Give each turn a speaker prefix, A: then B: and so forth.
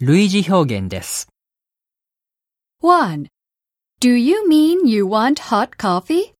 A: 類似表現です。
B: 1. Do you mean you want hot coffee?